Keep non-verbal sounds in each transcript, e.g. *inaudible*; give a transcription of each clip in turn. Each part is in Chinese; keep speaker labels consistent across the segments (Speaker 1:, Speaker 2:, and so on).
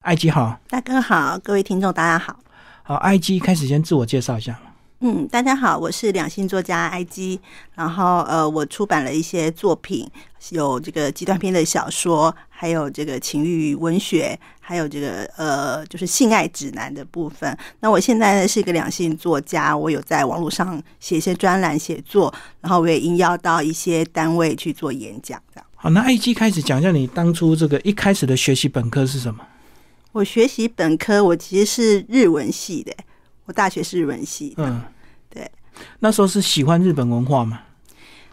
Speaker 1: 艾基好，
Speaker 2: 大哥好，各位听众大家好。
Speaker 1: 好，艾基开始先自我介绍一下。
Speaker 2: 嗯，大家好，我是两性作家埃基，然后呃，我出版了一些作品，有这个极端篇的小说，还有这个情欲文学，还有这个呃，就是性爱指南的部分。那我现在呢是一个两性作家，我有在网络上写一些专栏写作，然后我也应邀到一些单位去做演讲。这样，
Speaker 1: 好，那艾基开始讲一下你当初这个一开始的学习本科是什么？
Speaker 2: 我学习本科，我其实是日文系的，我大学是日文系。
Speaker 1: 嗯，
Speaker 2: 对，
Speaker 1: 那时候是喜欢日本文化嘛？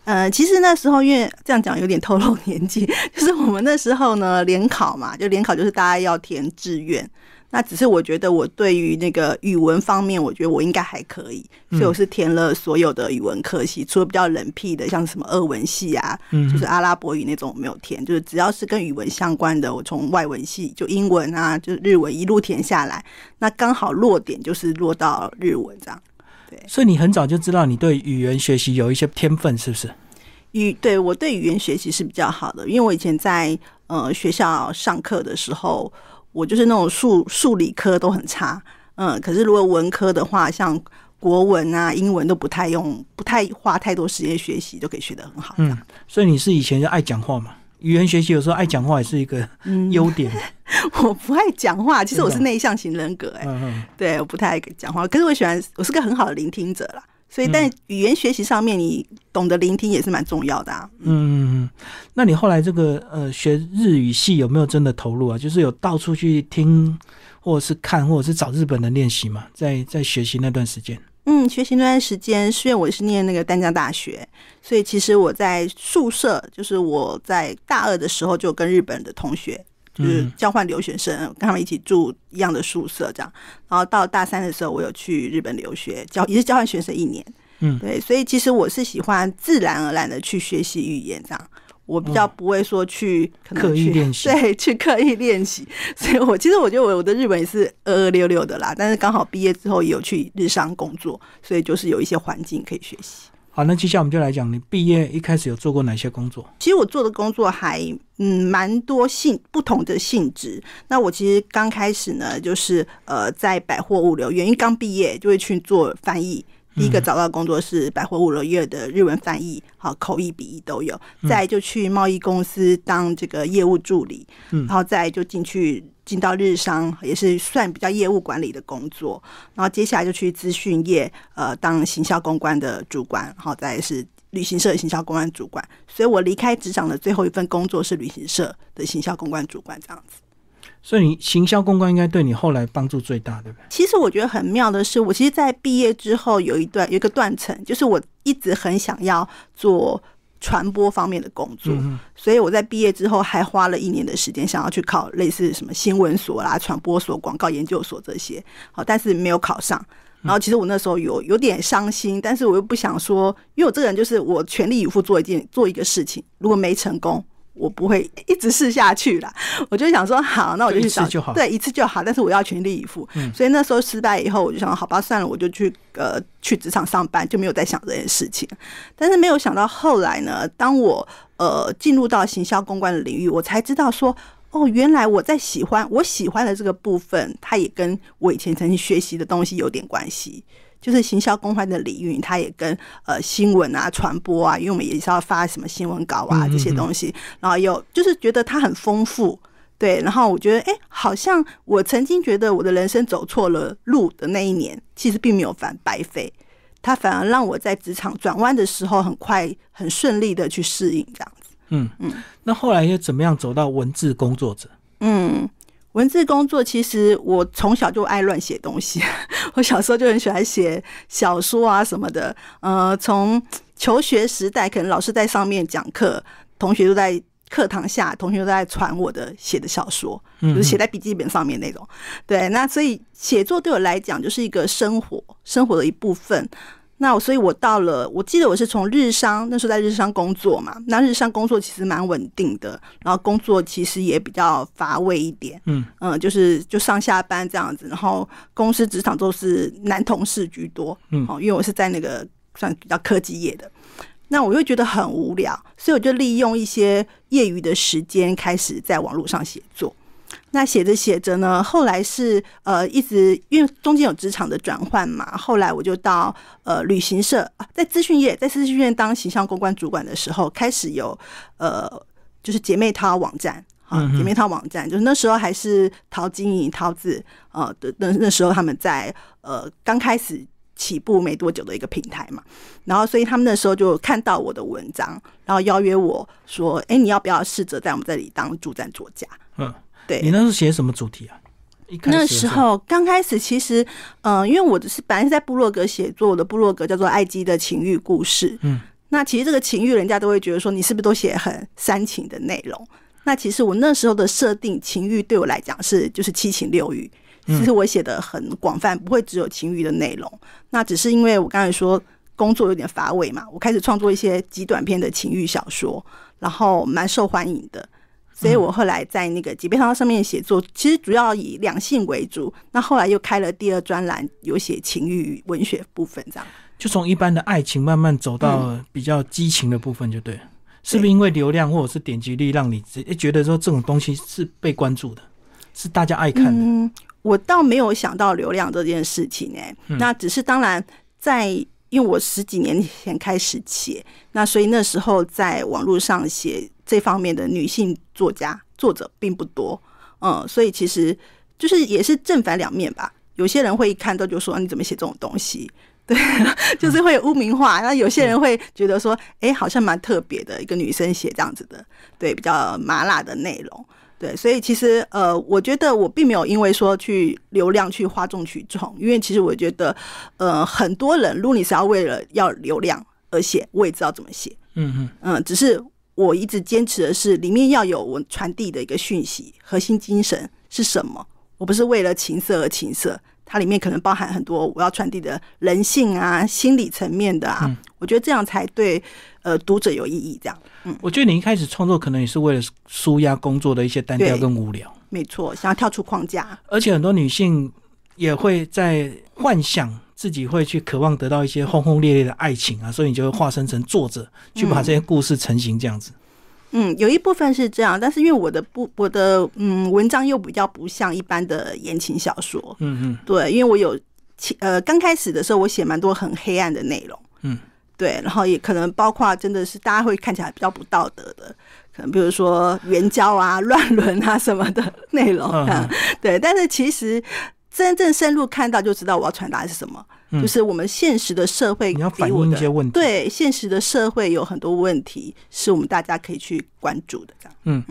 Speaker 2: 呃，其实那时候因为这样讲有点透露年纪， *laughs* 就是我们那时候呢联考嘛，就联考就是大家要填志愿。那只是我觉得我对于那个语文方面，我觉得我应该还可以，所以我是填了所有的语文科系，除了比较冷僻的，像什么俄文系啊，
Speaker 1: 嗯
Speaker 2: 就是阿拉伯语那种我没有填，就是只要是跟语文相关的，我从外文系就英文啊，就是日文一路填下来，那刚好落点就是落到日文这样。
Speaker 1: 所以你很早就知道你对语言学习有一些天分，是不是？
Speaker 2: 语对我对语言学习是比较好的，因为我以前在呃学校上课的时候，我就是那种数数理科都很差，嗯，可是如果文科的话，像国文啊、英文都不太用，不太花太多时间学习，都可以学得很好。
Speaker 1: 嗯，所以你是以前就爱讲话嘛？语言学习有时候爱讲话也是一个优点。
Speaker 2: *laughs* 我不爱讲话，其实我是
Speaker 1: 真啊
Speaker 2: 内向型人格、欸，
Speaker 1: 嗯嗯，
Speaker 2: 对，我不太爱讲话，可是我喜欢，我是个很好的聆听者啦。所以，
Speaker 1: 嗯
Speaker 2: 但语言学习上面，你懂得聆听也是蛮重要的啊。
Speaker 1: 嗯嗯嗯，那你后来这个呃学日语系有没有真的投入啊？就是有到处去听，或者是看，或者是找日本人练习嘛？在在学习那段时间，
Speaker 2: 嗯，学习那段时间，是因为我是念那个丹江大学，所以其实我在宿舍，就是我在大二的时候就跟日本的同学，就是
Speaker 1: 嗯
Speaker 2: 交换留学生，跟他们一起住一样的宿舍这样。然后到大三的时候，我有去日本留学，交也是交换学生一年。
Speaker 1: 嗯
Speaker 2: 对，所以其实我是喜欢自然而然的去学习语言这样。我比较不会说去、可能
Speaker 1: 哦刻意
Speaker 2: 去
Speaker 1: 练习
Speaker 2: *laughs* 对，去刻意练习。所以我其实我觉得我我的日本也是二二六六的啦，但是刚好毕业之后也有去日商工作，所以就是有一些环境可以学习。
Speaker 1: 好，那接下来我们就来讲你毕业一开始有做过哪些工作？
Speaker 2: 其实我做的工作还嗯蛮多性不同的性质。那我其实刚开始呢，就是呃在百货物流园，因为刚毕业就会去做翻译。第一个找到的工作是百货物流业的日文翻译，好口译、笔译都有。再来就去贸易公司当这个业务助理，然后再来就进去进到日商，也是算比较业务管理的工作。然后接下来就去资讯业，呃，当行销公关的主管，然后再来是旅行社的行销公关主管。所以我离开职场的最后一份工作是旅行社的行销公关主管，这样子。
Speaker 1: 所以你行销公关应该对你后来帮助最大，对不对？
Speaker 2: 其实我觉得很妙的是，我其实，在毕业之后有一段有一个断层，就是我一直很想要做传播方面的工作，所以我在毕业之后还花了一年的时间，想要去考类似什么新闻所啦、传播所、广告研究所这些，好，但是没有考上。然后其实我那时候有有点伤心，但是我又不想说，因为我这个人就是我全力以赴做一件做一个事情，如果没成功，我不会一直试下去啦。 *laughs* 我就想说，好，那我
Speaker 1: 就
Speaker 2: 就
Speaker 1: 一
Speaker 2: 去
Speaker 1: 次
Speaker 2: 找
Speaker 1: 就好嗯
Speaker 2: 对一次就好，但是我要全力以赴。所以那时候失败以后，我就想，好吧，算了，我就去呃去职场上班，就没有再想这件事情。但是没有想到后来呢，当我呃进入到行销公关的领域，我才知道说，哦，原来我在喜欢我喜欢的这个部分，它也跟我以前曾经学习的东西有点关系。就是行销公关的领域，它也跟呃新闻啊、传播啊，因为我们也是要发什么新闻稿啊这些东西，然后有就是觉得它很丰富，对，然后我觉得，哎，好像我曾经觉得我的人生走错了路的那一年，其实并没有反白费，它反而让我在职场转弯的时候很快、很顺利的去适应这样子。
Speaker 1: 嗯嗯。那后来又怎么样走到文字工作者？
Speaker 2: 嗯，文字工作其实我从小就爱乱写东西， *laughs* 我小时候就很喜欢写小说啊什么的。呃，从求学时代，可能老师在上面讲课，同学都在课堂下，同学都在传我的写的小说，
Speaker 1: 嗯
Speaker 2: 就是写在笔记本上面那种。对，那所以写作对我来讲就是一个生活，生活的一部分。那我所以，我到了，我记得我是从日商那时候在日商工作嘛，那日商工作其实蛮稳定的，然后工作其实也比较乏味一点，
Speaker 1: 嗯
Speaker 2: 嗯，就是就上下班这样子，然后公司职场都是男同事居多，
Speaker 1: 嗯
Speaker 2: 哦，因为我是在那个算比较科技业的，那我又觉得很无聊，所以我就利用一些业余的时间开始在网络上写作。那写着写着呢，后来是呃一直因为中间有职场的转换嘛，后来我就到呃旅行社，啊在资讯业，在资讯业当形象公关主管的时候，开始有呃就是姐妹淘网站。啊
Speaker 1: 嗯，哼
Speaker 2: 姐妹淘网站就是那时候还是淘金银、淘子，呃，的那那时候他们在呃刚开始起步没多久的一个平台嘛，然后所以他们那时候就看到我的文章，然后邀约我说：“哎、你要不要试着在我们这里当助战作家
Speaker 1: 嗯，？”
Speaker 2: 对，
Speaker 1: 你那时候写什么主题啊？一开始
Speaker 2: 那
Speaker 1: 的
Speaker 2: 时，候刚开始，其实，嗯、因为我是本来是在部落格写作，我的部落格叫做《爱基的情欲故事》。
Speaker 1: 嗯，
Speaker 2: 那其实这个情欲，人家都会觉得说，你是不是都写很煽情的内容？那其实我那时候的设定，情欲对我来讲是就是七情六欲，
Speaker 1: 嗯
Speaker 2: 其实我写的很广泛，不会只有情欲的内容。那只是因为我刚才说工作有点乏味嘛，我开始创作一些极短篇的情欲小说，然后蛮受欢迎的。所以我后来在那个几杯汤上面写作，其实主要以两性为主。那后来又开了第二专栏，有写情欲文学部分这样。
Speaker 1: 就从一般的爱情慢慢走到比较激情的部分，就对
Speaker 2: 嗯
Speaker 1: 了。是不是因为流量或者是点击率，让你直接觉得说这种东西是被关注的，是大家爱看的？
Speaker 2: 嗯，我倒没有想到流量这件事情呢、
Speaker 1: 嗯
Speaker 2: 那只是当然在，因为我十几年前开始写，那所以那时候在网络上写这方面的女性作家作者并不多，嗯，所以其实就是也是正反两面吧。有些人会一看到就说啊你怎么写这种东西。 *laughs*
Speaker 1: *laughs*
Speaker 2: 对，就是会污名化。那有些人会觉得说，哎、好像蛮特别的，一个女生写这样子的，对，比较麻辣的内容。对，所以其实呃，我觉得我并没有因为说去流量去哗众取宠，因为其实我觉得呃，很多人如果你是要为了要流量而写，我也知道怎么写，
Speaker 1: 嗯嗯，
Speaker 2: 嗯，只是我一直坚持的是里面要有我传递的一个讯息，核心精神是什么？我不是为了情色而情色，它里面可能包含很多我要传递的人性啊、心理层面的啊，我觉得这样才对呃读者有意义。这样，
Speaker 1: 嗯我觉得你一开始创作可能也是为了舒压工作的一些单调
Speaker 2: 对
Speaker 1: 跟无聊，
Speaker 2: 没错，想要跳出框架，啊
Speaker 1: 而且很多女性也会在幻想自己会去渴望得到一些轰轰烈烈的爱情啊，所以你就会化身成作者去把这些故事成型这样子。
Speaker 2: 嗯，有一部分是这样，但是因为我的不，我的嗯文章又比较不像一般的言情小说，
Speaker 1: 嗯嗯
Speaker 2: 对，因为我有其呃刚开始的时候我写蛮多很黑暗的内容，
Speaker 1: 嗯，
Speaker 2: 对，然后也可能包括真的是大家会看起来比较不道德的，可能比如说援交啊、 *laughs* 乱伦啊什么的内容、
Speaker 1: 嗯
Speaker 2: 啊，对，但是其实真正深入看到就知道我要传达的是什么，
Speaker 1: 嗯
Speaker 2: 就是我们现实的社会
Speaker 1: 你要
Speaker 2: 给
Speaker 1: 反
Speaker 2: 我
Speaker 1: 映一
Speaker 2: 的
Speaker 1: 些问题。，
Speaker 2: 对现实的社会有很多问题，是我们大家可以去关注的。这样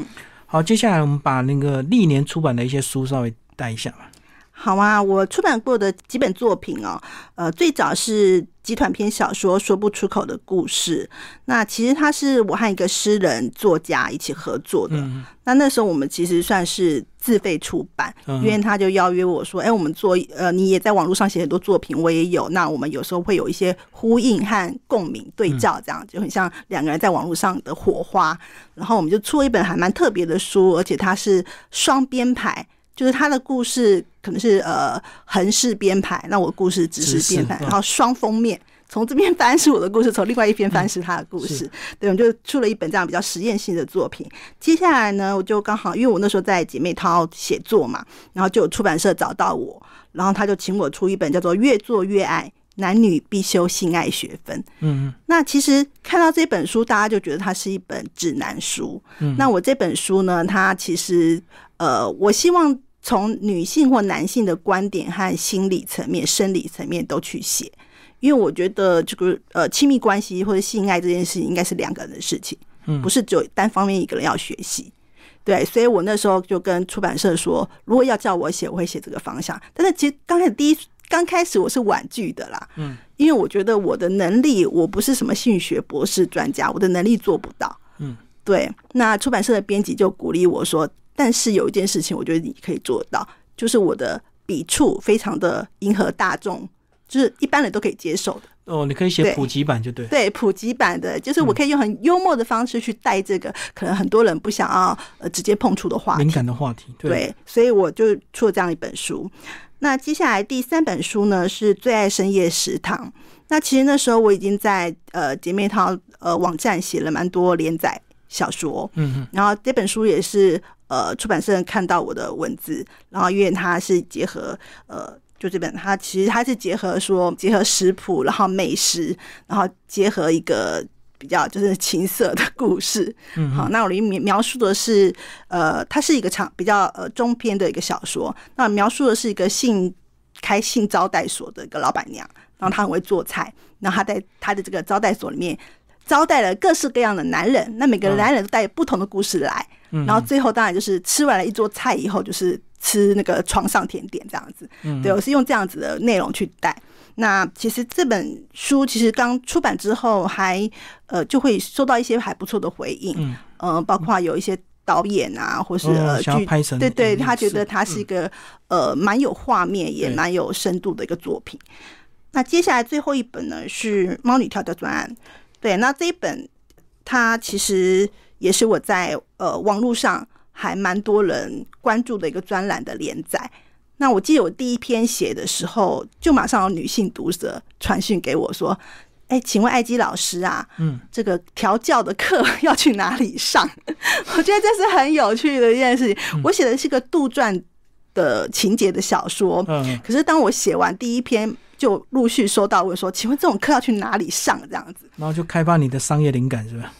Speaker 1: 好，接下来我们把那个历年出版的一些书稍微带一下吧。
Speaker 2: 好啊，我出版过的几本作品哦，呃，最早是集短篇小说《说不出口的故事》，那其实它是我和一个诗人作家一起合作的。
Speaker 1: 嗯
Speaker 2: 那那时候我们其实算是自费出版，
Speaker 1: 嗯
Speaker 2: 因为他就邀约我说：“哎、我们做呃，你也在网络上写很多作品，我也有。那我们有时候会有一些呼应和共鸣对
Speaker 1: 嗯
Speaker 2: 照，这样、就很像两个人在网络上的火花。然后我们就出了一本还蛮特别的书，而且它是双编排，就是它的故事可能是呃横式编排，那我的故事直
Speaker 1: 直
Speaker 2: 式
Speaker 1: 式
Speaker 2: 编排，
Speaker 1: 嗯
Speaker 2: 然后双封面。”从这边翻是我的故事，从另外一边翻是他的故事，
Speaker 1: 是
Speaker 2: 对，我们就出了一本这样比较实验性的作品。接下来呢，我就刚好因为我那时候在姐妹淘写作嘛，然后就有出版社找到我，然后他就请我出一本叫做《越做越爱：男女必修性爱学分》。
Speaker 1: 嗯
Speaker 2: 那其实看到这本书，大家就觉得它是一本指南书。
Speaker 1: 嗯
Speaker 2: 那我这本书呢，它其实呃，我希望从女性或男性的观点和心理层面、生理层面都去写，因为我觉得这个呃，亲密关系或者性爱这件事情应该是两个人的事情，
Speaker 1: 嗯
Speaker 2: 不是只有单方面一个人要学习。对，所以我那时候就跟出版社说，如果要叫我写，我会写这个方向。但是其实刚开始第一刚开始我是婉拒的啦，因为我觉得我的能力，我不是什么性学博士专家，我的能力做不到。
Speaker 1: 嗯，
Speaker 2: 对。那出版社的编辑就鼓励我说：“但是有一件事情，我觉得你可以做到，就是我的笔触非常的迎合大众，就是一般人都可以接受的。”
Speaker 1: 哦，你可以写
Speaker 2: 对
Speaker 1: 普及版就对。
Speaker 2: 对普及版的，就是我可以用很幽默的方式去带这个、可能很多人不想要呃直接碰触的话题
Speaker 1: 敏。感的话题，对，
Speaker 2: 对，所以我就出了这样一本书。那接下来第三本书呢是《最爱深夜食堂》。那其实那时候我已经在呃姐妹淘呃网站写了蛮多连载小说，
Speaker 1: 嗯嗯，
Speaker 2: 然后这本书也是呃出版社看到我的文字，然后因为它是结合呃。就这本，它其实它是结合说结合食谱，然后美食，然后结合一个比较就是情色的故事。
Speaker 1: 嗯哼
Speaker 2: 好，那我里面描述的是，呃，它是一个长比较呃中篇的一个小说，那描述的是一个性开性招待所的一个老板娘，然后她很会做菜，然后她在她的这个招待所里面招待了各式各样的男人，那每个
Speaker 1: 嗯
Speaker 2: 男人都带不同的故事来，
Speaker 1: 嗯
Speaker 2: 然后最后当然就是吃完了一桌菜以后，就是吃那个床上甜点这样子。
Speaker 1: 嗯
Speaker 2: 对，我是用这样子的内容去带。那其实这本书其实刚出版之后还，呃就会收到一些还不错的回应，
Speaker 1: 嗯
Speaker 2: 呃，包括有一些导演啊，或是、
Speaker 1: 哦
Speaker 2: 呃
Speaker 1: 想要
Speaker 2: 剧
Speaker 1: 拍成嗯
Speaker 2: 对对，
Speaker 1: 影
Speaker 2: 他觉
Speaker 1: 视
Speaker 2: 得它是一个、呃蛮有画面，也
Speaker 1: 对
Speaker 2: 蛮有深度的一个作品。那接下来最后一本呢是《猫女跳跳专案》，对，那这一本它其实也是我在呃网络上还蛮多人关注的一个专栏的连载。那我记得我第一篇写的时候，就马上有女性读者传讯给我说：“哎，请问艾姬老师啊，
Speaker 1: 嗯，
Speaker 2: 这个调教的课要去哪里上？” *laughs* 我觉得这是很有趣的一件事情。我写的是个杜撰的情节的小说， *laughs*
Speaker 1: 嗯
Speaker 2: 可是当我写完第一篇，就陆续收到我说：“请问这种课要去哪里上？”这样子。
Speaker 1: 然后就开发你的商业灵感是吧？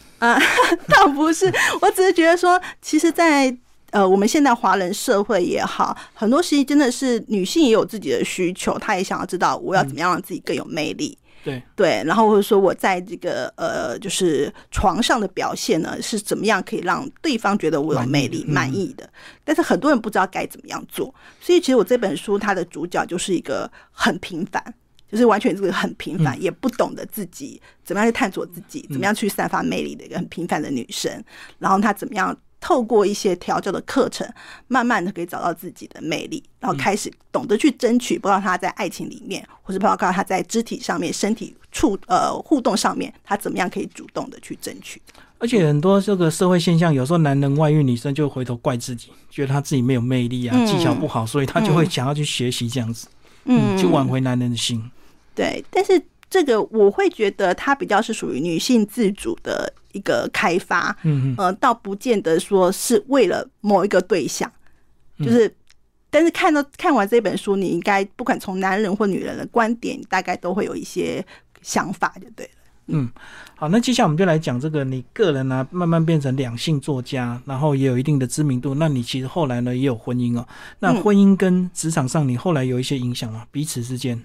Speaker 2: 倒不是，我只是觉得说，其实在，呃我们现在华人社会也好，很多事情真的是女性也有自己的需求，她也想要知道我要怎么样让自己更有魅力。
Speaker 1: 对，
Speaker 2: 对，然后或者说我在这个呃，就是床上的表现呢，是怎么样可以让对方觉得我有魅力、
Speaker 1: 满
Speaker 2: 满意的？但是很多人不知道该怎么样做，所以其实我这本书它的主角就是一个很平凡，就是完全是个很平凡，也不懂得自己怎么样去探索自己，怎么样去散发魅力的一个很平凡的女生。然后她怎么样透过一些调教的课程，慢慢的可以找到自己的魅力，然后开始懂得去争取，包括她在爱情里面，或是包括她在肢体上面、身体触呃互动上面，她怎么样可以主动的去争取。
Speaker 1: 而且很多这个社会现象，有时候男人外遇，女生就回头怪自己，觉得他自己没有魅力啊，
Speaker 2: 嗯
Speaker 1: 技巧不好，所以他就会想要去学习这样子，嗯，去挽回男人的心。
Speaker 2: 对，但是这个我会觉得它比较是属于女性自主的一个开发，
Speaker 1: 嗯嗯，
Speaker 2: 呃，倒不见得说是为了某一个对象，就是，但是看到看完这本书，你应该不管从男人或女人的观点，大概都会有一些想法，就对了。
Speaker 1: 好，那接下来我们就来讲这个你个人啊，慢慢变成两性作家，然后也有一定的知名度。那你其实后来呢，也有婚姻哦。那
Speaker 2: 嗯
Speaker 1: 婚姻跟职场上，你后来有一些影响吗？彼此之间？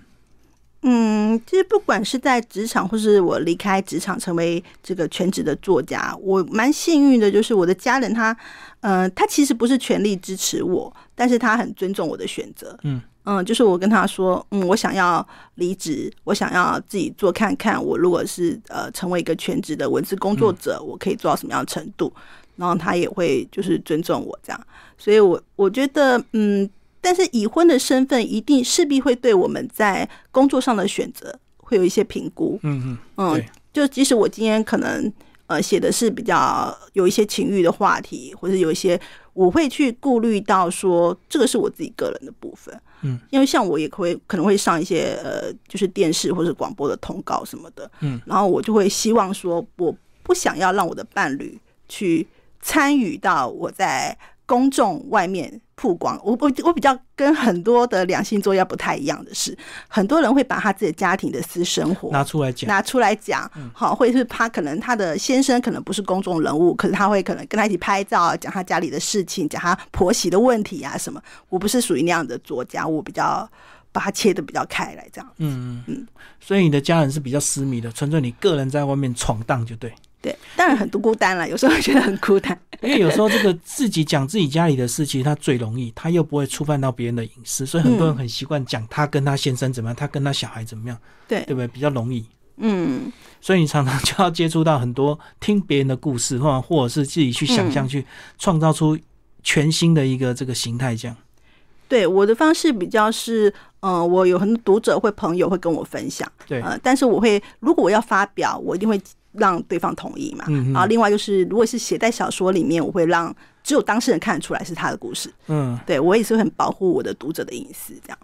Speaker 2: 嗯，其实不管是在职场，或是我离开职场成为这个全职的作家，我蛮幸运的，就是我的家人他，呃，他其实不是全力支持我，但是他很尊重我的选择。
Speaker 1: 嗯
Speaker 2: 嗯，就是我跟他说，嗯，我想要离职，我想要自己做看看，我如果是呃成为一个全职的文字工作者，我可以做到什么样的程度，然后他也会就是尊重我这样，所以我我觉得，嗯，但是已婚的身份一定势必会对我们在工作上的选择会有一些评估。
Speaker 1: 嗯嗯，
Speaker 2: 嗯
Speaker 1: 对，，
Speaker 2: 就即使我今天可能呃写的是比较有一些情欲的话题，或者有一些我会去顾虑到说这个是我自己个人的部分。
Speaker 1: 嗯，
Speaker 2: 因为像我也会可能会上一些呃，就是电视或者广播的通告什么的。
Speaker 1: 嗯，
Speaker 2: 然后我就会希望说，我不想要让我的伴侣去参与到我在公众外面曝光。我我我比较跟很多的两性作家不太一样的是，很多人会把他自己的家庭的私生活
Speaker 1: 拿出来讲。嗯
Speaker 2: 拿出来讲，好，或者是他可能他的先生可能不是公众人物，可是他会可能跟他一起拍照啊，讲他家里的事情，讲他婆媳的问题啊什么。我不是属于那样的作家，我比较把它切的比较开来，这样
Speaker 1: 嗯嗯嗯。所以你的家人是比较私密的，纯粹你个人在外面闯荡就对。
Speaker 2: 对。当然很独孤单了，有时候会觉得很孤单，
Speaker 1: 因为有时候这个自己讲自己家里的事，其实他最容易，他又不会触犯到别人的隐私，所以很多
Speaker 2: 嗯
Speaker 1: 人很习惯讲他跟他先生怎么样，他跟他小孩怎么样，
Speaker 2: 对
Speaker 1: 对，不对？比较容易，
Speaker 2: 嗯，
Speaker 1: 所以你常常 *laughs* 就要接触到很多听别人的故事，或或者是自己去想
Speaker 2: 嗯
Speaker 1: 象，去创造出全新的一个这个形态，这样。
Speaker 2: 对我的方式比较是，嗯、我有很多读者或朋友会跟我分享，
Speaker 1: 对
Speaker 2: 呃，但是我会如果我要发表，我一定会让对方同意嘛。
Speaker 1: 嗯哼
Speaker 2: 然后另外就是，如果是写在小说里面，我会让只有当事人看得出来是他的故事。
Speaker 1: 嗯，
Speaker 2: 对我也是很保护我的读者的隐私，这样。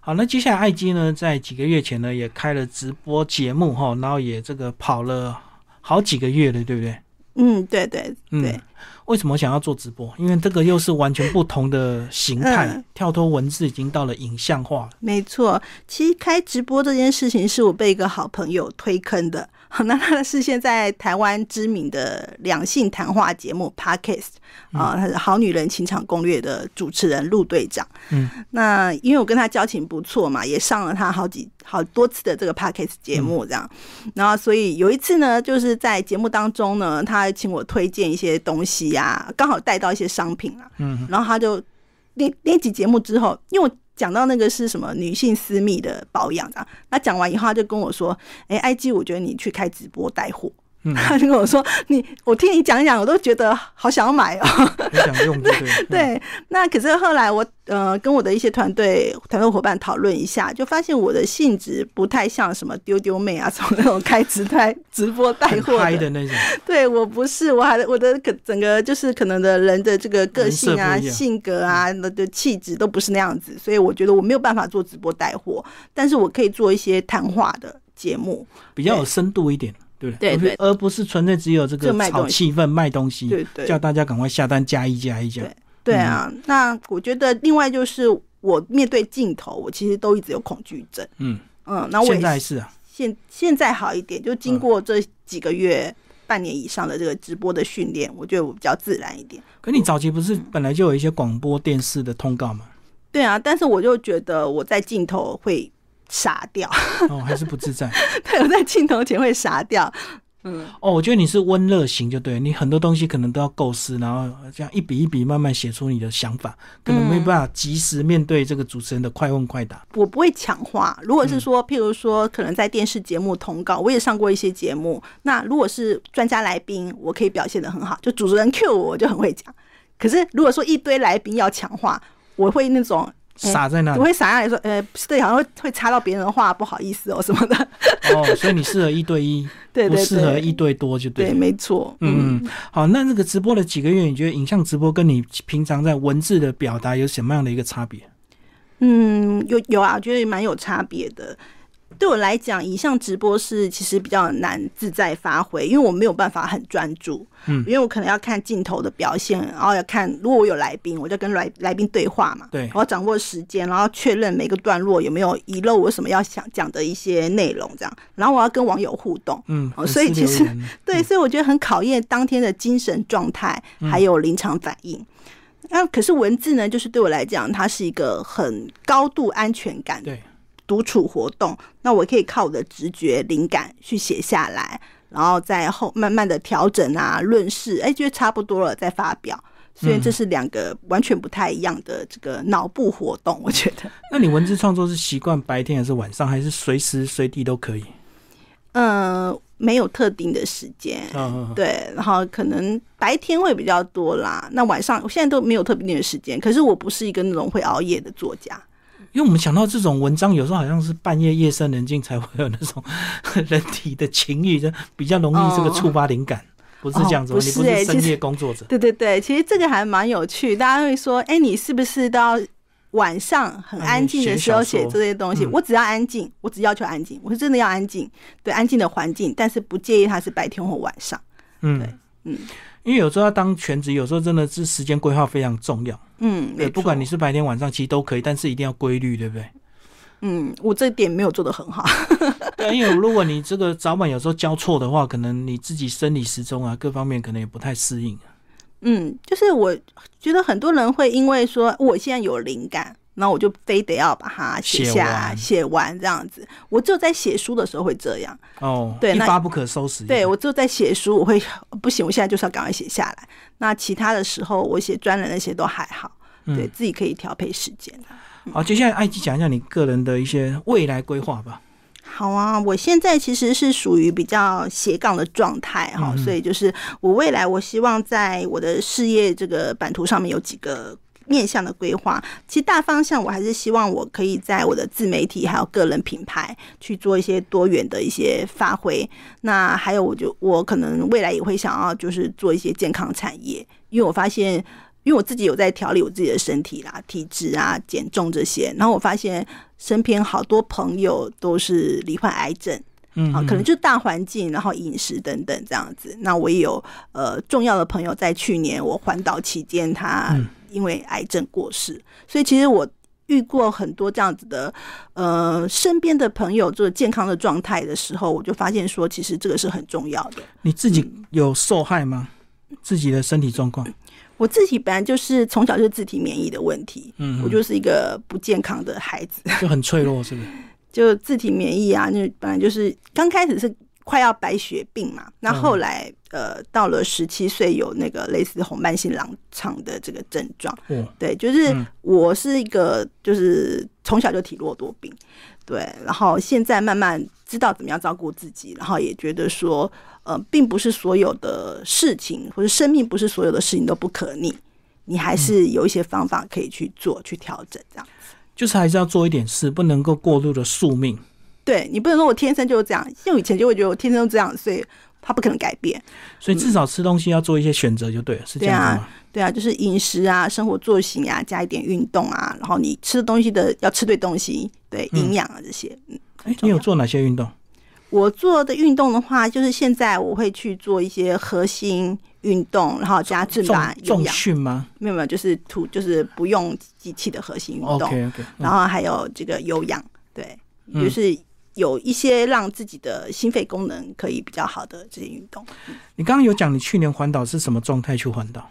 Speaker 1: 好，那接下来艾姬呢，在几个月前呢，也开了直播节目哈，然后也这个跑了好几个月了，对不对？
Speaker 2: 嗯，对对
Speaker 1: 嗯
Speaker 2: 对，
Speaker 1: 为什么想要做直播？因为这个又是完全不同的形态，
Speaker 2: 嗯
Speaker 1: 跳脱文字已经到了影像化了。
Speaker 2: 没错，其实开直播这件事情是我被一个好朋友推坑的。那他是现在台湾知名的两性谈话节目 Podcast
Speaker 1: 嗯
Speaker 2: 啊、他是《好女人情场攻略》的主持人陆队长。
Speaker 1: 嗯，
Speaker 2: 那因为我跟他交情不错嘛，也上了他好几好多次的这个 Podcast
Speaker 1: 嗯
Speaker 2: 节目这样。然后所以有一次呢，就是在节目当中呢，他请我推荐一些东西呀、刚好带到一些商品啊。
Speaker 1: 嗯，
Speaker 2: 然后他就那那集节目之后，因为我讲到那个是什么女性私密的保养啊，那讲完以后他就跟我说：“哎、i g 我觉得你去开直播带货。”
Speaker 1: 嗯
Speaker 2: *laughs* 他就跟我说：“你，我听你讲一讲，我都觉得好想买哦。”
Speaker 1: *laughs* 很想用，对不对？嗯，
Speaker 2: 对，那可是后来我呃跟我的一些团队团队伙伴讨论一下，就发现我的性质不太像什么丢丢妹啊，什么那种开直带直播带货
Speaker 1: 很嗨
Speaker 2: 的
Speaker 1: 的那种。
Speaker 2: 对我不是，我还我的可整个就是可能的人的这个个性啊、
Speaker 1: 人设不一样嗯
Speaker 2: 性格啊、那的气质都不是那样子，所以我觉得我没有办法做直播带货，但是我可以做一些谈话的节目。
Speaker 1: 比较有深度一点，对不
Speaker 2: 对
Speaker 1: 而不
Speaker 2: 对
Speaker 1: 而不是纯粹只有这
Speaker 2: 就
Speaker 1: 个
Speaker 2: 卖东
Speaker 1: 炒
Speaker 2: 西
Speaker 1: 气氛、卖东西，
Speaker 2: 对对
Speaker 1: 叫大家赶快下单加一加一加。
Speaker 2: 对
Speaker 1: 嗯
Speaker 2: 啊，那我觉得另外就是我面对镜头，我其实都一直有恐惧症。
Speaker 1: 嗯，
Speaker 2: 嗯，那我也
Speaker 1: 现在嗯是啊，
Speaker 2: 现现在好一点，就经过这几个月、半年以上的这个直播的训练，我觉得我比较自然一点。
Speaker 1: 可你早期不是本来就有一些广播电视的通告嘛？
Speaker 2: 对啊，但是我就觉得我在镜头会傻掉，
Speaker 1: 哦，还是不自在。
Speaker 2: 对，我在镜头前会傻掉。
Speaker 1: 哦，我觉得你是温热型，就对了你很多东西可能都要构思，然后这样一笔一笔慢慢写出你的想法，可能没办法及时面对这个主持人的快问快答。
Speaker 2: 我不会强化。
Speaker 1: 嗯
Speaker 2: 如果是说，譬如说，可能在电视节目通告，我也上过一些节目。那如果是专家来宾，我可以表现的很好，就主持人 Q 我，我就很会讲。可是如果说一堆来宾要强化，我会那种嗯
Speaker 1: 傻在那
Speaker 2: 我
Speaker 1: 里
Speaker 2: 会傻下来说，呃，对，好像会会插到别人的话，不好意思哦什么的。 *laughs*
Speaker 1: 哦，所以你适合一对一，
Speaker 2: 对
Speaker 1: 不
Speaker 2: 对
Speaker 1: 适合一
Speaker 2: 对，
Speaker 1: 对多，就对
Speaker 2: 对，
Speaker 1: 了。
Speaker 2: 没错，
Speaker 1: 嗯，好，那这个直播的几个月，你觉得影像直播跟你平常在文字的表达有什么样的一个差别？
Speaker 2: 嗯，有有啊，我觉得蛮有差别的。对我来讲，影像直播是其实比较难自在发挥，因为我没有办法很专注，
Speaker 1: 嗯
Speaker 2: 因为我可能要看镜头的表现，然后要看如果我有来宾，我就跟来来宾对话嘛，
Speaker 1: 对
Speaker 2: 我要掌握时间，然后确认每个段落有没有遗漏我什么要想讲的一些内容，这样，然后我要跟网友互动，
Speaker 1: 嗯，粉
Speaker 2: 哦所以
Speaker 1: 丝
Speaker 2: 其
Speaker 1: 留
Speaker 2: 实
Speaker 1: 言呢
Speaker 2: 对，所以我觉得很考验当天的精神状态，还有临场反应。那、可是文字呢，就是对我来讲，它是一个很高度安全感的
Speaker 1: 对，
Speaker 2: 独处活动。那我可以靠我的直觉、灵感去写下来，然后再后慢慢的调整啊、论述，哎，觉得差不多了再发表。所以这是两个完全不太一样的这个脑部活动，我觉得。
Speaker 1: 那你文字创作是习惯白天还是晚上，还是随时随地都可以？
Speaker 2: 嗯，没有特定的时间，
Speaker 1: 嗯，嗯
Speaker 2: 对，然后可能白天会比较多啦。那晚上我现在都没有特定的时间，可是我不是一个那种会熬夜的作家。
Speaker 1: 嗯因为我们想到这种文章，有时候好像是半夜夜深人静才会有那种人体的情欲，就比较容易这个触发灵感，不是这样子吗？
Speaker 2: 哦不
Speaker 1: 你
Speaker 2: 是
Speaker 1: 不是
Speaker 2: 欸
Speaker 1: 深
Speaker 2: 其
Speaker 1: 夜
Speaker 2: 实
Speaker 1: 工作者，
Speaker 2: 对对对，其实这个还蛮有趣，大家会说，哎，你是不是都要晚上很安静的时候写这些东西？
Speaker 1: 嗯
Speaker 2: 我只要安静，我只要求安静，我是真的要安静，对安静的环境，但是不介意它是白天或晚上。对
Speaker 1: 嗯
Speaker 2: 嗯。
Speaker 1: 因为有时候要当全职，有时候真的是时间规划非常重要。
Speaker 2: 嗯，没
Speaker 1: 对，
Speaker 2: 错
Speaker 1: 不管你是白天晚上，其实都可以，但是一定要规律，对不
Speaker 2: *laughs*
Speaker 1: 对？
Speaker 2: 嗯，我这点没有做的很好。
Speaker 1: 对，因为如果你这个早晚有时候交错的话，可能你自己生理时钟啊，各方面可能也不太适应。啊
Speaker 2: 嗯，就是我觉得很多人会因为说我现在有灵感，那我就非得要把它写
Speaker 1: 写
Speaker 2: 下来、
Speaker 1: 完
Speaker 2: 写完这样子。我只有在写书的时候会这样，
Speaker 1: 哦，
Speaker 2: 对
Speaker 1: 一
Speaker 2: 那
Speaker 1: 发不可收拾。
Speaker 2: 对我只有在写书，我会呃不行，我现在就是要赶快写下来。那其他的时候，我写专栏那些都还好，对、
Speaker 1: 嗯
Speaker 2: 自己可以调配时间的。
Speaker 1: 好，接下来艾吉讲一下你个人的一些未来规划吧。
Speaker 2: 好啊，我现在其实是属于比较斜杠的状态哈，
Speaker 1: 嗯嗯
Speaker 2: 所以就是我未来我希望在我的事业这个版图上面有几个。面向的规划，其实大方向我还是希望我可以在我的自媒体还有个人品牌去做一些多元的一些发挥。那还有，我就我可能未来也会想要就是做一些健康产业，因为我发现，因为我自己有在调理我自己的身体啦、体质啊、减重这些，然后我发现身边好多朋友都是罹患癌症，
Speaker 1: 嗯
Speaker 2: 啊，
Speaker 1: 嗯
Speaker 2: 可能就是大环境，然后饮食等等这样子。那我也有呃重要的朋友在去年我环岛期间，他
Speaker 1: 嗯
Speaker 2: 因为癌症过世，所以其实我遇过很多这样子的呃身边的朋友就是健康的状态的时候，我就发现说，其实这个是很重要的。
Speaker 1: 你自己
Speaker 2: 嗯
Speaker 1: 有受害吗？自己的身体状况？
Speaker 2: 我自己本来就是从小就是自体免疫的问题，
Speaker 1: 嗯，
Speaker 2: 我就是一个不健康的孩子， *laughs*
Speaker 1: 就很脆弱，是不是？
Speaker 2: 就自体免疫啊，那本来就是刚开始是快要白血病嘛，那
Speaker 1: 嗯
Speaker 2: 后来、呃到了十七岁有那个类似红斑性狼疮的这个症状，
Speaker 1: 哦，
Speaker 2: 对，就是
Speaker 1: 嗯
Speaker 2: 我是一个就是从小就体弱多病，对，然后现在慢慢知道怎么样照顾自己，然后也觉得说呃，并不是所有的事情或者生命不是所有的事情都不可逆，你
Speaker 1: 嗯
Speaker 2: 还是有一些方法可以去做去调整这样。
Speaker 1: 就是还是要做一点事，不能够过度的宿命。
Speaker 2: 对你不能说我天生就是这样，因为我以前就会觉得我天生就这样，所以他不可能改变。
Speaker 1: 所以至少吃东西要做一些选择就对了，是这
Speaker 2: 对
Speaker 1: 样子
Speaker 2: 啊
Speaker 1: 吗？，
Speaker 2: 嗯对啊，就是饮食啊、生活作息啊，加一点运动啊，然后你吃的东西的要吃对东西，对
Speaker 1: 嗯
Speaker 2: 营养啊这些。嗯，
Speaker 1: 哎、你
Speaker 2: 重要
Speaker 1: 有做哪些运动？
Speaker 2: 我做的运动的话，就是现在我会去做一些核心运动，然后加正
Speaker 1: 重
Speaker 2: 版有
Speaker 1: 重
Speaker 2: 氧，
Speaker 1: 训吗
Speaker 2: 没有没有，就是图就是不用机器的核心运动。
Speaker 1: ？OK OK，
Speaker 2: 然后还有这个有氧，对，
Speaker 1: 嗯
Speaker 2: 就是有一些让自己的心肺功能可以比较好的这些运动。
Speaker 1: 你刚刚有讲你去年环岛是什么状态去环岛？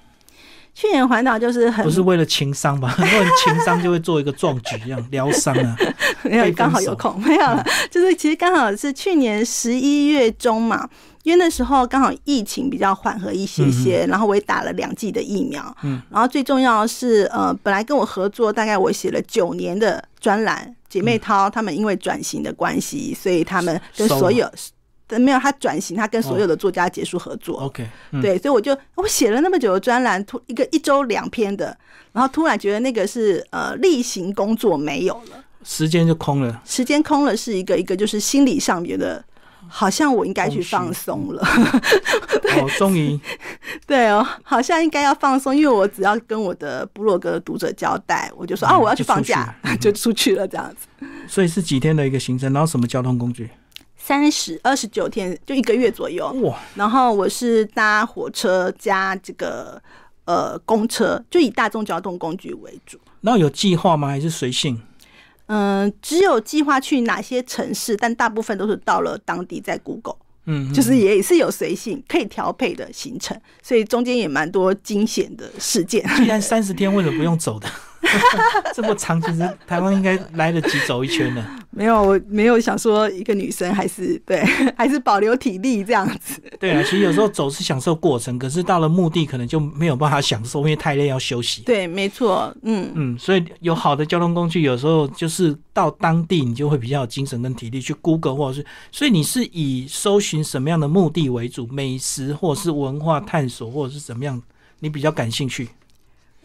Speaker 2: 去年环岛就是很
Speaker 1: 不是为了情商吧？ *laughs* 很多人情商就会做一个壮举一
Speaker 2: *laughs*
Speaker 1: 样疗伤啊。
Speaker 2: *laughs* 没有
Speaker 1: 被分嗯
Speaker 2: 刚好有空， *laughs* 没有了，就是其实刚好是去年十一月中嘛，因为那时候刚好疫情比较缓和一些些，然后我也打了两剂的疫苗，
Speaker 1: 嗯，
Speaker 2: 然后最重要的是呃，本来跟我合作大概我写了九年的专栏，姐妹淘她们因为转型的关系，所以她们跟
Speaker 1: 嗯收了哦
Speaker 2: 所有。没有，她转型，她跟所有的作家结束合作。
Speaker 1: OK，嗯，
Speaker 2: 对，所以我就我写了那么久的专栏，突一个一周两篇的，然后突然觉得那个是呃例行工作没有了，
Speaker 1: 时间就空了。
Speaker 2: 时间空了是一个，一个就是心理上觉得好像我应该去
Speaker 1: 空虚
Speaker 2: 放松了，
Speaker 1: 哦，终于
Speaker 2: *laughs* 对哦，好像应该要放松，因为我只要跟我的部落格的读者交代，我就说、啊
Speaker 1: 嗯
Speaker 2: 我要去
Speaker 1: 就出
Speaker 2: 放
Speaker 1: 去
Speaker 2: 假，就出去了这样子，
Speaker 1: 所以是几天的一个行程，然后什么交通工具？
Speaker 2: 三十二十九天就一个月左右，
Speaker 1: 哇，
Speaker 2: 然后我是搭火车加这个呃公车，就以大众交通工具为主。
Speaker 1: 然后有计划吗？还是随性？
Speaker 2: 嗯，只有计划去哪些城市，但大部分都是到了当地再 Google，
Speaker 1: 嗯，嗯
Speaker 2: 就是也是有随性可以调配的行程，所以中间也蛮多惊险的事件。
Speaker 1: 既然三十天，为什么不用走的？ *laughs* 这么长，其实台湾应该来得及走一圈的。
Speaker 2: 没有，我没有想说一个女生还是对， *laughs* 还是保留体力这样子。
Speaker 1: 对啊，其实有时候走是享受过程，可是到了目的可能就没有办法享受，因为太累要休息。
Speaker 2: 对，没错，嗯，
Speaker 1: 嗯，所以有好的交通工具，有时候就是到当地你就会比较有精神跟体力去 Google 或者是，所以你是以搜寻什么样的目的为主，美食或者是文化探索或者是怎么样，你比较感兴趣。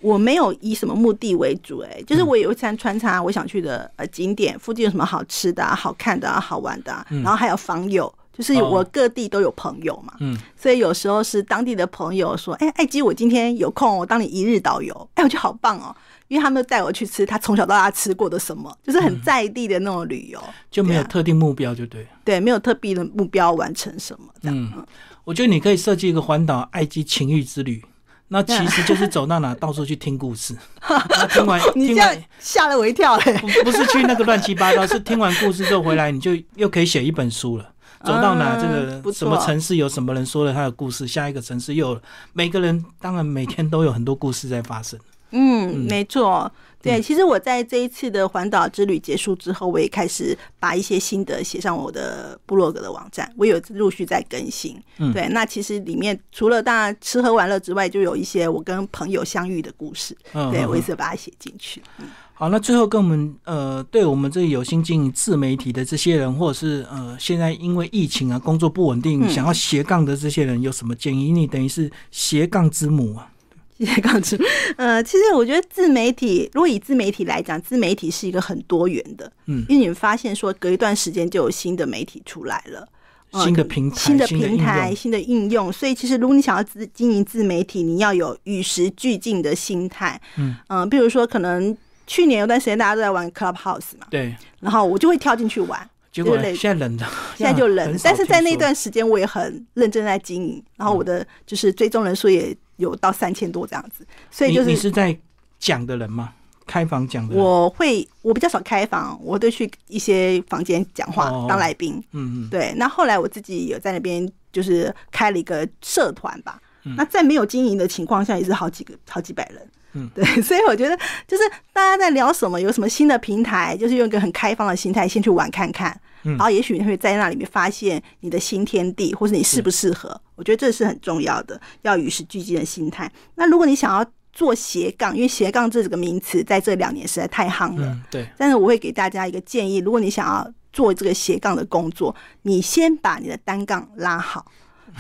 Speaker 2: 我没有以什么目的为主、哎，
Speaker 1: 嗯
Speaker 2: 就是我也会穿穿插我想去的呃景点，附近有什么好吃的、啊、好看的、啊、好玩的、啊，然后还有访友，就是
Speaker 1: 嗯哦
Speaker 2: 我各地都有朋友嘛，
Speaker 1: 嗯，
Speaker 2: 所以有时候是当地的朋友说：“哎、艾姬，我今天有空，我当你一日导游。”哎，我觉得好棒哦，因为他们都带我去吃他从小到大吃过的什么，就是
Speaker 1: 嗯
Speaker 2: 很在地的那种旅游，
Speaker 1: 就没有
Speaker 2: 对啊
Speaker 1: 特定目标，就对了。
Speaker 2: 对，没有特别的目标完成什么这样。
Speaker 1: 嗯，我觉得你可以设计一个环岛爱机情欲之旅，那其实就是走到哪到处去听故
Speaker 2: *laughs*
Speaker 1: 事，那听完
Speaker 2: 你
Speaker 1: 听
Speaker 2: 这样
Speaker 1: 完。
Speaker 2: 吓了我一跳欸嘞、
Speaker 1: 不不是去那个乱七八糟，是听完故事之后回来，你就又可以写一本书了。走到哪，
Speaker 2: 嗯
Speaker 1: 这
Speaker 2: 不
Speaker 1: 个
Speaker 2: 错
Speaker 1: 什么城市有什么人说了他的故事，下一个城市又有每个人，当然每天都有很多故事在发生。
Speaker 2: 嗯，没错。
Speaker 1: 嗯
Speaker 2: 对，其实我在这一次的环岛之旅结束之后，我也开始把一些心得写上我的部落格的网站，我有陆续在更新。
Speaker 1: 嗯
Speaker 2: 对，那其实里面除了当然吃喝玩乐之外，就有一些我跟朋友相遇的故事，
Speaker 1: 嗯，
Speaker 2: 对
Speaker 1: 嗯
Speaker 2: 我也是把它写进去。 *laughs*
Speaker 1: 好，那最后跟我们呃，对我们这有心经营自媒体的这些人，或者是呃，现在因为疫情啊，工作不稳定，
Speaker 2: 嗯
Speaker 1: 想要斜杠的这些人，有什么建议？你等于是斜杠之母啊。
Speaker 2: 谢谢刚主。呃，其实我觉得自媒体，如果以自媒体来讲，自媒体是一个很多元的，
Speaker 1: 嗯
Speaker 2: 因为你们发现说，隔一段时间就有新的媒体出来了。呃
Speaker 1: 新的平台
Speaker 2: 新的
Speaker 1: 新的
Speaker 2: 平
Speaker 1: 应
Speaker 2: 台、
Speaker 1: 用
Speaker 2: 新的应用，所以其实如果你想要自经营自媒体，你要有与时俱进的心态。
Speaker 1: 嗯
Speaker 2: 嗯、比如说可能去年有段时间大家都在玩 Clubhouse 嘛，
Speaker 1: 对，
Speaker 2: 然后我就会跳进去玩，
Speaker 1: 结果
Speaker 2: 就累
Speaker 1: 现在冷了，
Speaker 2: 现在就冷
Speaker 1: 啊很 *laughs*
Speaker 2: 了，
Speaker 1: 少
Speaker 2: 但是在那
Speaker 1: 听说嗯
Speaker 2: 段时间我也很认真在经营，然后我的就是追踪人数也有到三千多这样子，所以就
Speaker 1: 你你
Speaker 2: 是
Speaker 1: 是在讲的人吗？开房讲的人，
Speaker 2: 我会我比较少开房，我都去一些房间讲话
Speaker 1: 哦
Speaker 2: 当来宾。
Speaker 1: 嗯嗯，
Speaker 2: 对，那后来我自己有在那边就是开了一个社团吧
Speaker 1: 嗯。
Speaker 2: 那在没有经营的情况下，也是好几个、好几百人。
Speaker 1: 嗯
Speaker 2: *laughs* 对，所以我觉得就是大家在聊什么，有什么新的平台，就是用一个很开放的心态先去玩看看，
Speaker 1: 嗯
Speaker 2: 然后也许你会在那里面发现你的新天地，或是你适不适合。我觉得这是很重要的，要与时俱进的心态。那如果你想要做斜杠，因为斜杠这个名词在这两年实在太夯了，
Speaker 1: 嗯对，
Speaker 2: 但是我会给大家一个建议：如果你想要做这个斜杠的工作，你先把你的单杠拉好，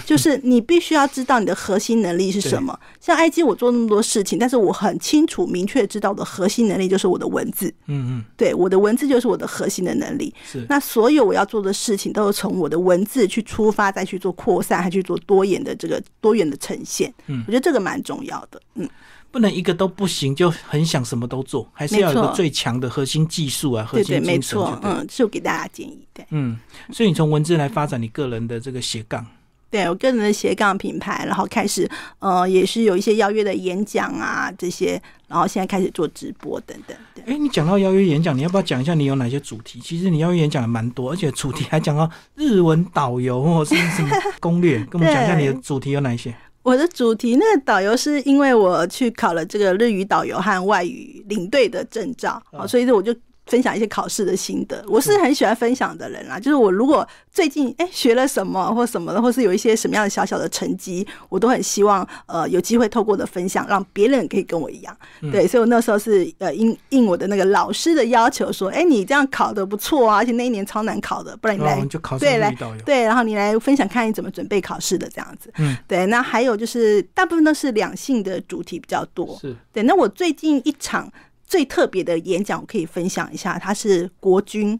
Speaker 2: 就是你必须要知道你的核心能力是
Speaker 1: *laughs*
Speaker 2: 什么。像 IG 我做那么多事情，但是我很清楚、明确知道我的核心能力就是我的文字，
Speaker 1: 嗯嗯
Speaker 2: 对，我的文字就是我的核心的能力。
Speaker 1: 是，
Speaker 2: 那所有我要做的事情都是从我的文字去出发，再去做扩散，还去做多元的这个多元的呈现。
Speaker 1: 嗯
Speaker 2: 我觉得这个蛮重要的。嗯，
Speaker 1: 不能一个都不行，就很想什么都做，还是要有一
Speaker 2: 没
Speaker 1: 个
Speaker 2: 错
Speaker 1: 最强的核心技术啊，核
Speaker 2: 对对，
Speaker 1: 心
Speaker 2: 没
Speaker 1: 精神就
Speaker 2: 错
Speaker 1: 对，了。
Speaker 2: 嗯，是我给大家建议。对。
Speaker 1: 嗯，所以你从文字来发展你个人的这个斜杠，
Speaker 2: 对我个人的斜杠品牌，然后开始呃，也是有一些邀约的演讲啊这些，然后现在开始做直播等等。对，
Speaker 1: 哎、你讲到邀约演讲，你要不要讲一下你有哪些主题？其实你邀约演讲也蛮多，而且主题还讲到日文导游或者是什么攻略，跟我们讲一下你的主题有哪一些？
Speaker 2: 我的主题那个导游是因为我去考了这个日语导游和外语领队的证照，
Speaker 1: 嗯
Speaker 2: 好，所以说我就。分享一些考试的心得，我是很喜欢分享的人啦。就是我如果最近哎学了什么或什么的，或是有一些什么样的小小的成绩，我都很希望呃有机会透过我的分享，让别人可以跟我一样。对，所以我那时候是呃应应我的那个老师的要求说，哎，你这样考的不错啊，而且那一年超难考的，不然你
Speaker 1: 然后我
Speaker 2: *laughs* 来
Speaker 1: 们就考上
Speaker 2: 对
Speaker 1: 日
Speaker 2: 来
Speaker 1: 语导游。
Speaker 2: 对，然后你来分享看你怎么准备考试的这样子。
Speaker 1: 嗯，
Speaker 2: 对。那还有就是大部分都是两性的主题比较多。
Speaker 1: 是
Speaker 2: 对，那我最近一场最特别的演讲，我可以分享一下，它是国军，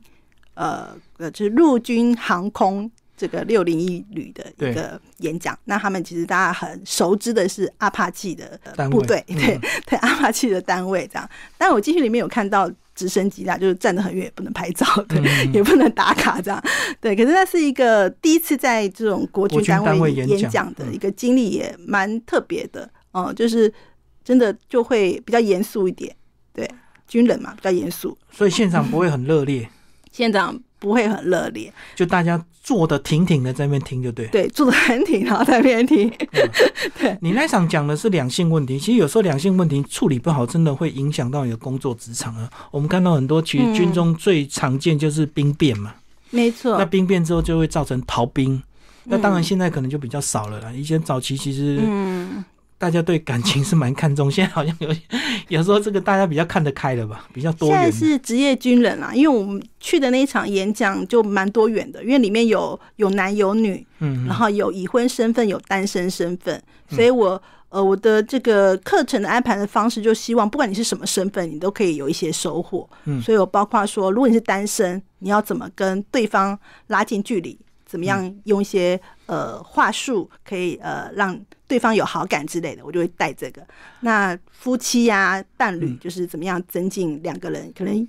Speaker 2: 呃，呃，就是陆军航空。这个六零一旅的
Speaker 1: 对
Speaker 2: 一个演讲，那他们其实大家很熟知的是阿帕奇的呃
Speaker 1: 单位
Speaker 2: 部队，
Speaker 1: 嗯
Speaker 2: 对、对，阿帕奇的单位这样。但我进去里面有看到直升机啦，就是站得很远也不能拍照，对， *laughs* 也不能打卡这样。 *laughs* 对，可是那是一个第一次在这种国
Speaker 1: 国
Speaker 2: 军
Speaker 1: 军单
Speaker 2: 单
Speaker 1: 位
Speaker 2: 位
Speaker 1: 演
Speaker 2: 演
Speaker 1: 讲
Speaker 2: 讲的
Speaker 1: 嗯
Speaker 2: 一个经历，也蛮特别的。哦、就是真的就会比较严肃一点，对，军人嘛比较严肃，
Speaker 1: 所以现场不会很热烈，
Speaker 2: 现场不会很热烈，
Speaker 1: 就大家坐的挺挺的在那边听就对。
Speaker 2: 对，坐的很挺，然后在那边听，
Speaker 1: 你那场讲的是两性问题，其实有时候两性问题处理不好，真的会影响到你的工作职场啊。我们看到很多，其实
Speaker 2: 嗯
Speaker 1: 军中最常见就是兵变嘛，
Speaker 2: *laughs* 没
Speaker 1: 那
Speaker 2: 错，
Speaker 1: 兵变之后就会造成逃兵。那当然，
Speaker 2: 嗯
Speaker 1: 现在可能就比较少了啦。以前早期其实
Speaker 2: 嗯，
Speaker 1: 大家对感情是蛮看重， *laughs* 现在好像有有时候这个大家比较看得开了吧，比较多
Speaker 2: 现在
Speaker 1: 元。
Speaker 2: 是职业军人啦，因为我们去的那一场演讲就蛮多元的，因为里面有有男有女，
Speaker 1: 嗯
Speaker 2: 然，后有已婚身份，有单身身份，所以我呃我的这个课程的安排的方式，就希望不管你是什么身份，你都可以有一些收获。
Speaker 1: 嗯
Speaker 2: 所以我包括说，如果你是单身，你要怎么跟对方拉近距离，怎么样
Speaker 1: 嗯
Speaker 2: 用一些呃话术可以呃让对方有好感之类的，我就会带这个。那夫妻呀、伴侣
Speaker 1: 嗯
Speaker 2: 就是怎么样增进两个人可能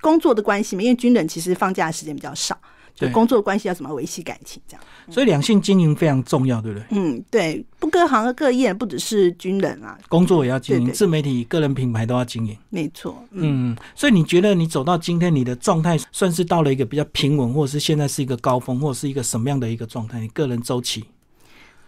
Speaker 2: 工作的关系嘛，因为军人其实放假的时间比较少。就
Speaker 1: 对
Speaker 2: 工作关系要怎么维系感情这样？
Speaker 1: 所以两性经营非常重要，对不对？
Speaker 2: 嗯，对，不各行各业，不只是军人啊，
Speaker 1: 工作也要经
Speaker 2: 对
Speaker 1: 营，
Speaker 2: 对
Speaker 1: 自媒体、个人品牌都要经营。
Speaker 2: 没错，嗯，
Speaker 1: 嗯，所以你觉得你走到今天，你的状态算是到了一个比较平稳，或者是现在是一个高峰，或者是一个什么样的一个状态？你个人周期？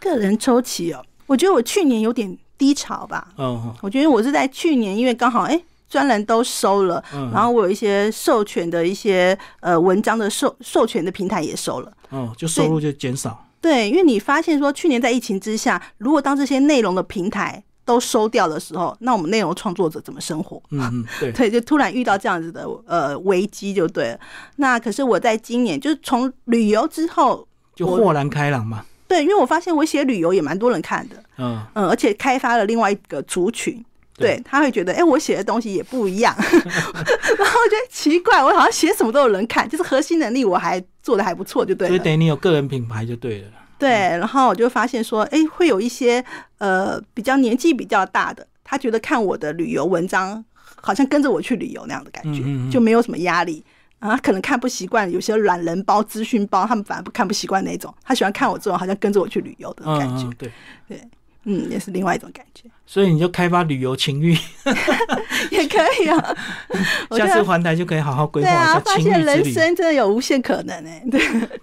Speaker 2: 个人周期哦，我觉得我去年有点低潮吧，
Speaker 1: 哦，
Speaker 2: 我觉得我是在去年，因为刚好哎。专栏都收了，
Speaker 1: 嗯
Speaker 2: 然后我有一些授权的一些呃文章的授授权的平台也收了，
Speaker 1: 哦，就收入就减少。
Speaker 2: 对，因为你发现说去年在疫情之下，如果当这些内容的平台都收掉的时候，那我们内容创作者怎么生活？
Speaker 1: 嗯嗯，对，
Speaker 2: 对，就突然遇到这样子的呃危机就对了。那可是我在今年就是从旅游之后，
Speaker 1: 就豁然开朗嘛。
Speaker 2: 对，因为我发现我写旅游也蛮多人看的，
Speaker 1: 嗯，
Speaker 2: 嗯，而且开发了另外一个族群。
Speaker 1: 对
Speaker 2: 对，他会觉得，哎、我写的东西也不一样， *laughs* 然后我觉得奇怪，我好像写什么都有人看，就是核心能力我还做的还不错，就对
Speaker 1: 所以
Speaker 2: 了。
Speaker 1: 等于你有个人品牌就对了。
Speaker 2: 对，然后我就发现说，哎，会有一些呃比较年纪比较大的，他觉得看我的旅游文章，好像跟着我去旅游那样的感觉，
Speaker 1: 嗯嗯嗯
Speaker 2: 就没有什么压力。啊，可能看不习惯有些懒人包、资讯包，他们反而不看不习惯那种。他喜欢看我这种好像跟着我去旅游的
Speaker 1: 嗯
Speaker 2: 感觉
Speaker 1: 嗯，，对，
Speaker 2: 嗯，也是另外一种感觉，
Speaker 1: 所以你就开发旅游情欲，
Speaker 2: 也可以
Speaker 1: *laughs*
Speaker 2: 啊。 *laughs* 我觉
Speaker 1: 下次
Speaker 2: 得
Speaker 1: 环台就可以好好规
Speaker 2: 对
Speaker 1: 划一
Speaker 2: 啊，
Speaker 1: 下
Speaker 2: 发
Speaker 1: 情欲
Speaker 2: 现
Speaker 1: 之
Speaker 2: 人
Speaker 1: 旅。
Speaker 2: 生真的有无限可能哎、对，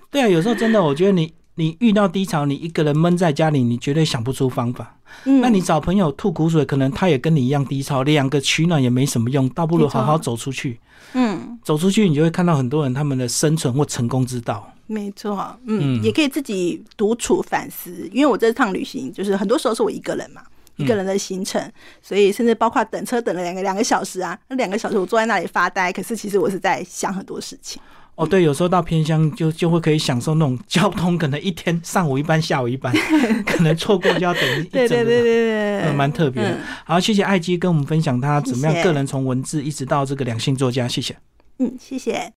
Speaker 1: 对啊，有时候真的，我觉得你你遇到低潮，你一个人闷在家里，你绝对想不出方法。
Speaker 2: 嗯，
Speaker 1: 那你找朋友吐苦水，可能他也跟你一样低潮，两个取暖也没什么用，倒不如
Speaker 2: 没错
Speaker 1: 好好走出去。
Speaker 2: 嗯，
Speaker 1: 走出去，你就会看到很多人他们的生存或成功之道。
Speaker 2: 没错，嗯，
Speaker 1: 嗯
Speaker 2: 也可以自己独处反思，因为我这趟旅行就是很多时候是我一个人嘛。一
Speaker 1: 嗯
Speaker 2: 个人的行程，所以甚至包括等车等了两个两个小时啊，那两个小时我坐在那里发呆，可是其实我是在想很多事情。
Speaker 1: 哦，对，有时候到偏乡就就会可以享受那种交通，可能一天上午一班，下午一
Speaker 2: *laughs*
Speaker 1: 班，可能错过就要等一一整
Speaker 2: 对
Speaker 1: 个。
Speaker 2: 对对对
Speaker 1: 嗯，
Speaker 2: 对，
Speaker 1: 蛮特别的
Speaker 2: 嗯。
Speaker 1: 好，谢谢艾姬跟我们分享她怎么
Speaker 2: 谢
Speaker 1: 样
Speaker 2: 谢
Speaker 1: 个人从文字一直到这个两性作家，谢谢。
Speaker 2: 嗯，谢谢。